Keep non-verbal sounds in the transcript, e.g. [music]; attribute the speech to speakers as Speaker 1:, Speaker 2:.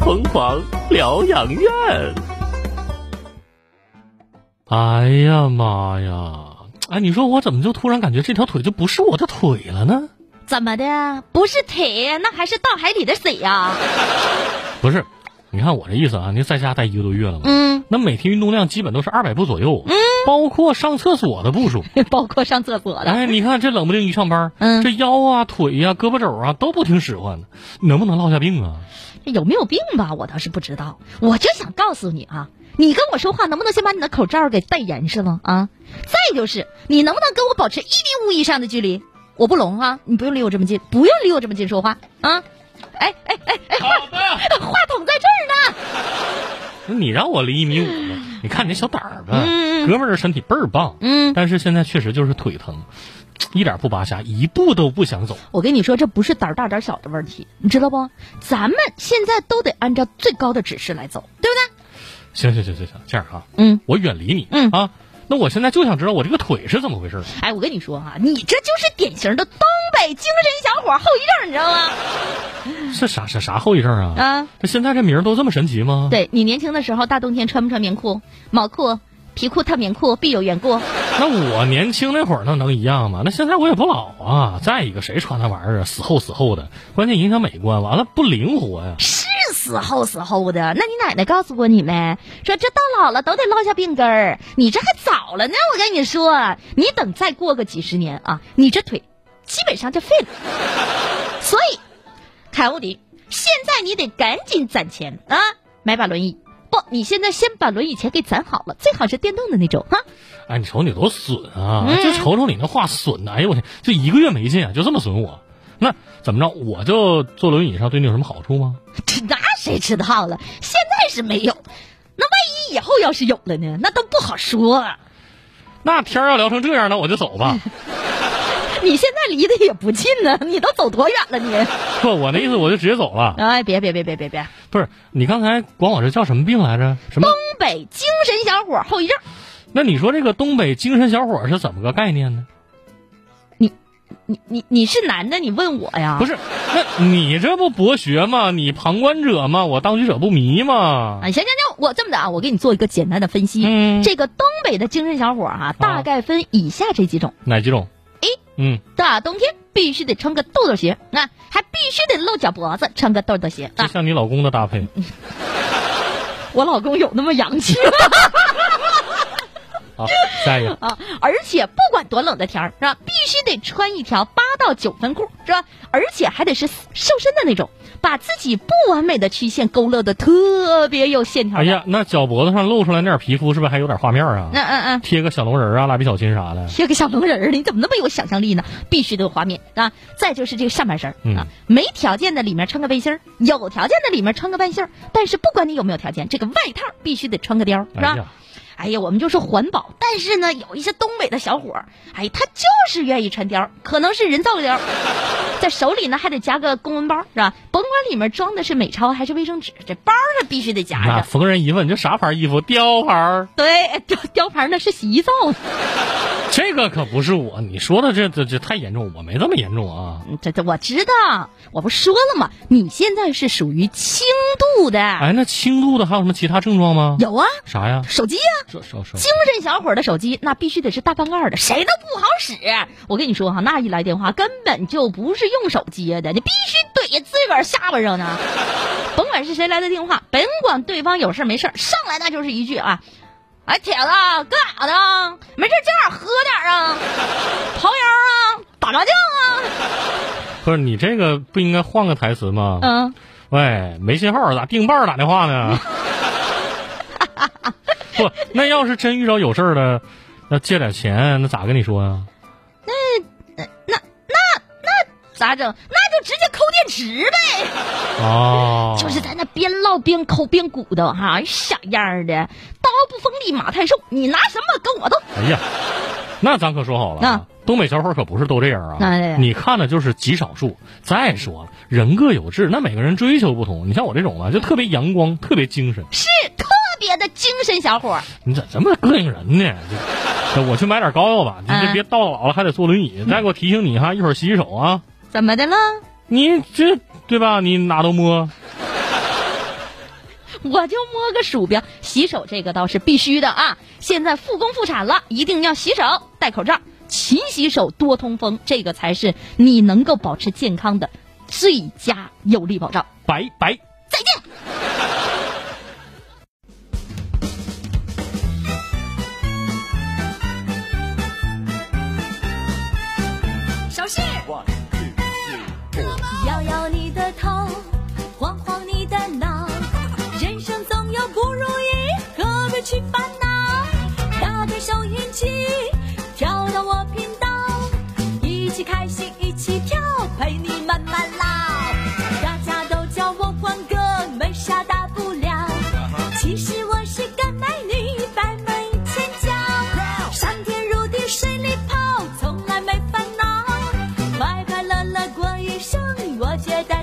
Speaker 1: 疯狂疗养院。哎呀妈呀！哎，你说我怎么就突然感觉这条腿就不是我的腿了呢？
Speaker 2: 怎么的？不是腿，那还是大海里的水呀、
Speaker 1: 不是，你看我这意思啊，您在家待一个多月了嘛，
Speaker 2: 嗯， [laughs]
Speaker 1: 那每天运动量基本都是二百步左右，包括上厕所的步数。
Speaker 2: 包括上厕所的。
Speaker 1: 哎，你看这冷不丁一上班，
Speaker 2: 嗯
Speaker 1: 这腰啊、腿呀、胳膊肘啊都不听使唤的，能不能落下病啊？
Speaker 2: 有没有病吧？我倒是不知道。我就想告诉你啊，你跟我说话能不能先把你的口罩给戴严实了啊？再就是，你能不能跟我保持一米五以上的距离？我不聋啊，你不用离我这么近，不用离我这么近说话啊！哎哎哎哎，话 [laughs] 话筒在这儿呢。
Speaker 1: 你让我离一米五，你看你这小胆儿吧，
Speaker 2: 嗯
Speaker 1: 哥们儿这身体倍儿棒，
Speaker 2: 嗯，
Speaker 1: 但是现在确实就是腿疼，一点不拔瞎，一步都不想走。
Speaker 2: 我跟你说，这不是胆儿大胆儿小的问题，你知道不？咱们现在都得按照最高的指示来走，对不对？
Speaker 1: 行行行行行，这样啊，
Speaker 2: 嗯，
Speaker 1: 我远离你，
Speaker 2: 嗯
Speaker 1: 啊，那我现在就想知道我这个腿是怎么回事。
Speaker 2: 哎，我跟你说哈、你这就是典型的东北精神小伙后遗症，你知道吗？
Speaker 1: 是啥啥啥后遗症啊？
Speaker 2: 啊，
Speaker 1: 这现在这名儿都这么神奇吗？
Speaker 2: 对你年轻的时候，大冬天穿不穿棉裤、毛裤、皮裤、套棉裤，必有缘故。
Speaker 1: 那我年轻那会儿那能一样吗？那现在我也不老啊。再一个，谁穿那玩意儿啊？死厚死厚的，关键影响美观，完了不灵活呀、
Speaker 2: 是死厚死厚的。那你奶奶告诉过你没？说这到老了都得落下病根儿。你这还早了呢，我跟你说，你等再过个几十年啊，你这腿基本上就废了。 [laughs] 所以，凯欧迪，现在你得赶紧攒钱啊，买把轮椅。不，你现在先把轮椅钱给攒好了，最好是电动的那种哈。
Speaker 1: 哎，你瞅你多损啊！
Speaker 2: 嗯
Speaker 1: 就瞅瞅你那话损的，哎呦我天，就一个月没见，就这么损我。那怎么着？我就坐轮椅上对你有什么好处吗？
Speaker 2: 这那谁知道了？现在是没有，那万一以后要是有了呢？那都不好说啊。
Speaker 1: 那天儿要聊成这样，那我就走
Speaker 2: [laughs]
Speaker 1: 吧。
Speaker 2: 你现在离得也不近呢，你都走多远了你？
Speaker 1: 不，我那意思我就直接走了。
Speaker 2: 哎，别别别别别别！
Speaker 1: 不是，你刚才管我这叫什么病来着？什么？
Speaker 2: 东北精神小伙后遗症，
Speaker 1: 那你说这个东北精神小伙儿是怎么个概念呢？
Speaker 2: 你你你是男的，你问我呀？
Speaker 1: 不
Speaker 2: 是，
Speaker 1: 是，那你这不博学吗？你旁观者吗？我当局者不迷吗？
Speaker 2: 哎，行行行，我这么的啊，我给你做一个简单的分析。
Speaker 1: 嗯
Speaker 2: 这个东北的精神小伙儿啊，大概分以下这几种：
Speaker 1: 哪几种？
Speaker 2: 一
Speaker 1: 嗯，
Speaker 2: 大冬天必须得穿个豆豆鞋，那、还必须得露脚脖子，穿个豆豆鞋
Speaker 1: 就
Speaker 2: 啊。
Speaker 1: 像你老公的搭配
Speaker 2: 我老公有那么洋气吗？
Speaker 1: 啊。下一
Speaker 2: [laughs]
Speaker 1: 个，
Speaker 2: 啊，而且不管多冷的天儿是吧，必须得穿一条八到九分裤是吧？而且还得是瘦身的那种，把自己不完美的曲线勾勒的特别有线条。
Speaker 1: 哎，呀，那脚脖子上露出来那点皮肤，是不是还有点画面啊？
Speaker 2: 嗯嗯嗯。
Speaker 1: 贴个小龙人儿啊，蜡笔小新啥的。
Speaker 2: 贴个小龙人儿，你怎么那么有想象力呢？必须得有画面啊！再就是这个上半身儿、啊
Speaker 1: 嗯，
Speaker 2: 没条件的里面穿个背心儿，有条件的里面穿个半袖儿。但是不管你有没有条件，这个外套必须得穿个貂儿，是吧？
Speaker 1: 哎呀，
Speaker 2: 哎呀，我们就说环保，但是呢，有一些东北的小伙儿，哎，他就是愿意穿貂儿，可能是人造貂儿，在手里呢还得夹个公文包，是吧？甭管里面装的是美钞还是卫生纸，这包儿呢必须得夹
Speaker 1: 那
Speaker 2: 着。
Speaker 1: 逢人一问，这啥牌衣服？貂牌儿？
Speaker 2: 对， [laughs] 貂貂牌儿那是洗衣皂的，
Speaker 1: 这个可不是我，你说的这这这太严重，我没这么严重啊。
Speaker 2: 嗯这这我知道，我不说了吗？你现在是属于轻度的，
Speaker 1: 哎，那轻度的还有什么其他症状吗？
Speaker 2: 有啊，
Speaker 1: 啥呀？
Speaker 2: 手机呀、
Speaker 1: 手手手
Speaker 2: 精神小伙儿的手机那必须得是大半盖儿的，谁都不好使。我跟你说哈、那一来电话根本就不是用手接的，你必须怼自个儿下巴上呢。 [laughs] 甭管是谁来的电话，甭管对方有事儿没事儿，上来那就是一句啊，哎铁子干啥呢？没事儿今儿喝点儿啊，刨窑啊，打麻将啊，
Speaker 1: 不是你这个不应该换个台词吗？
Speaker 2: 嗯。
Speaker 1: 喂，没信号，咋定伴儿打电话
Speaker 2: [laughs]
Speaker 1: 呢？不，那要是真遇着有事儿了，要借点钱，那咋跟你说呀、
Speaker 2: 咋整？那就直接抠电池呗，
Speaker 1: 哦，
Speaker 2: 就是在那边唠边抠边鼓捣哈，哎小样儿的，刀不锋利马太瘦，你拿什么跟我斗？
Speaker 1: 哎呀，那咱可说好了啊，东北小伙可不是都这样
Speaker 2: 那
Speaker 1: 啊。你看的就是极少数。再说了，人各有志，那每个人追求不同。你像我这种吧，啊就特别阳光，特别精神。
Speaker 2: 是特别的精神小伙儿。
Speaker 1: 你咋这么膈应人呢？这这我去买点膏药吧，你
Speaker 2: 嗯
Speaker 1: 这别到老了还得坐轮椅。再给我提醒你哈，一会儿洗洗手啊。
Speaker 2: 怎么的了？
Speaker 1: 你这对吧？你哪都摸，
Speaker 3: 我就摸个鼠标。洗手这个倒是必须的啊！现在复工复产了，一定要洗手，戴口罩，勤洗手，多通风，这个才是你能够保持健康的最佳有力保障。
Speaker 1: 拜拜。
Speaker 3: 再见。
Speaker 2: 手势。摇摇你的头，晃晃你的脑，人生总有不如意，何必去烦恼？打开收音机，调到我频道，一起开心一起跳，陪你慢慢唠。大家都叫我欢哥，没啥大不了。其实我是个美女，百媚千娇，上天入地水里泡，从来没烦恼，快快乐乐过一生，我觉得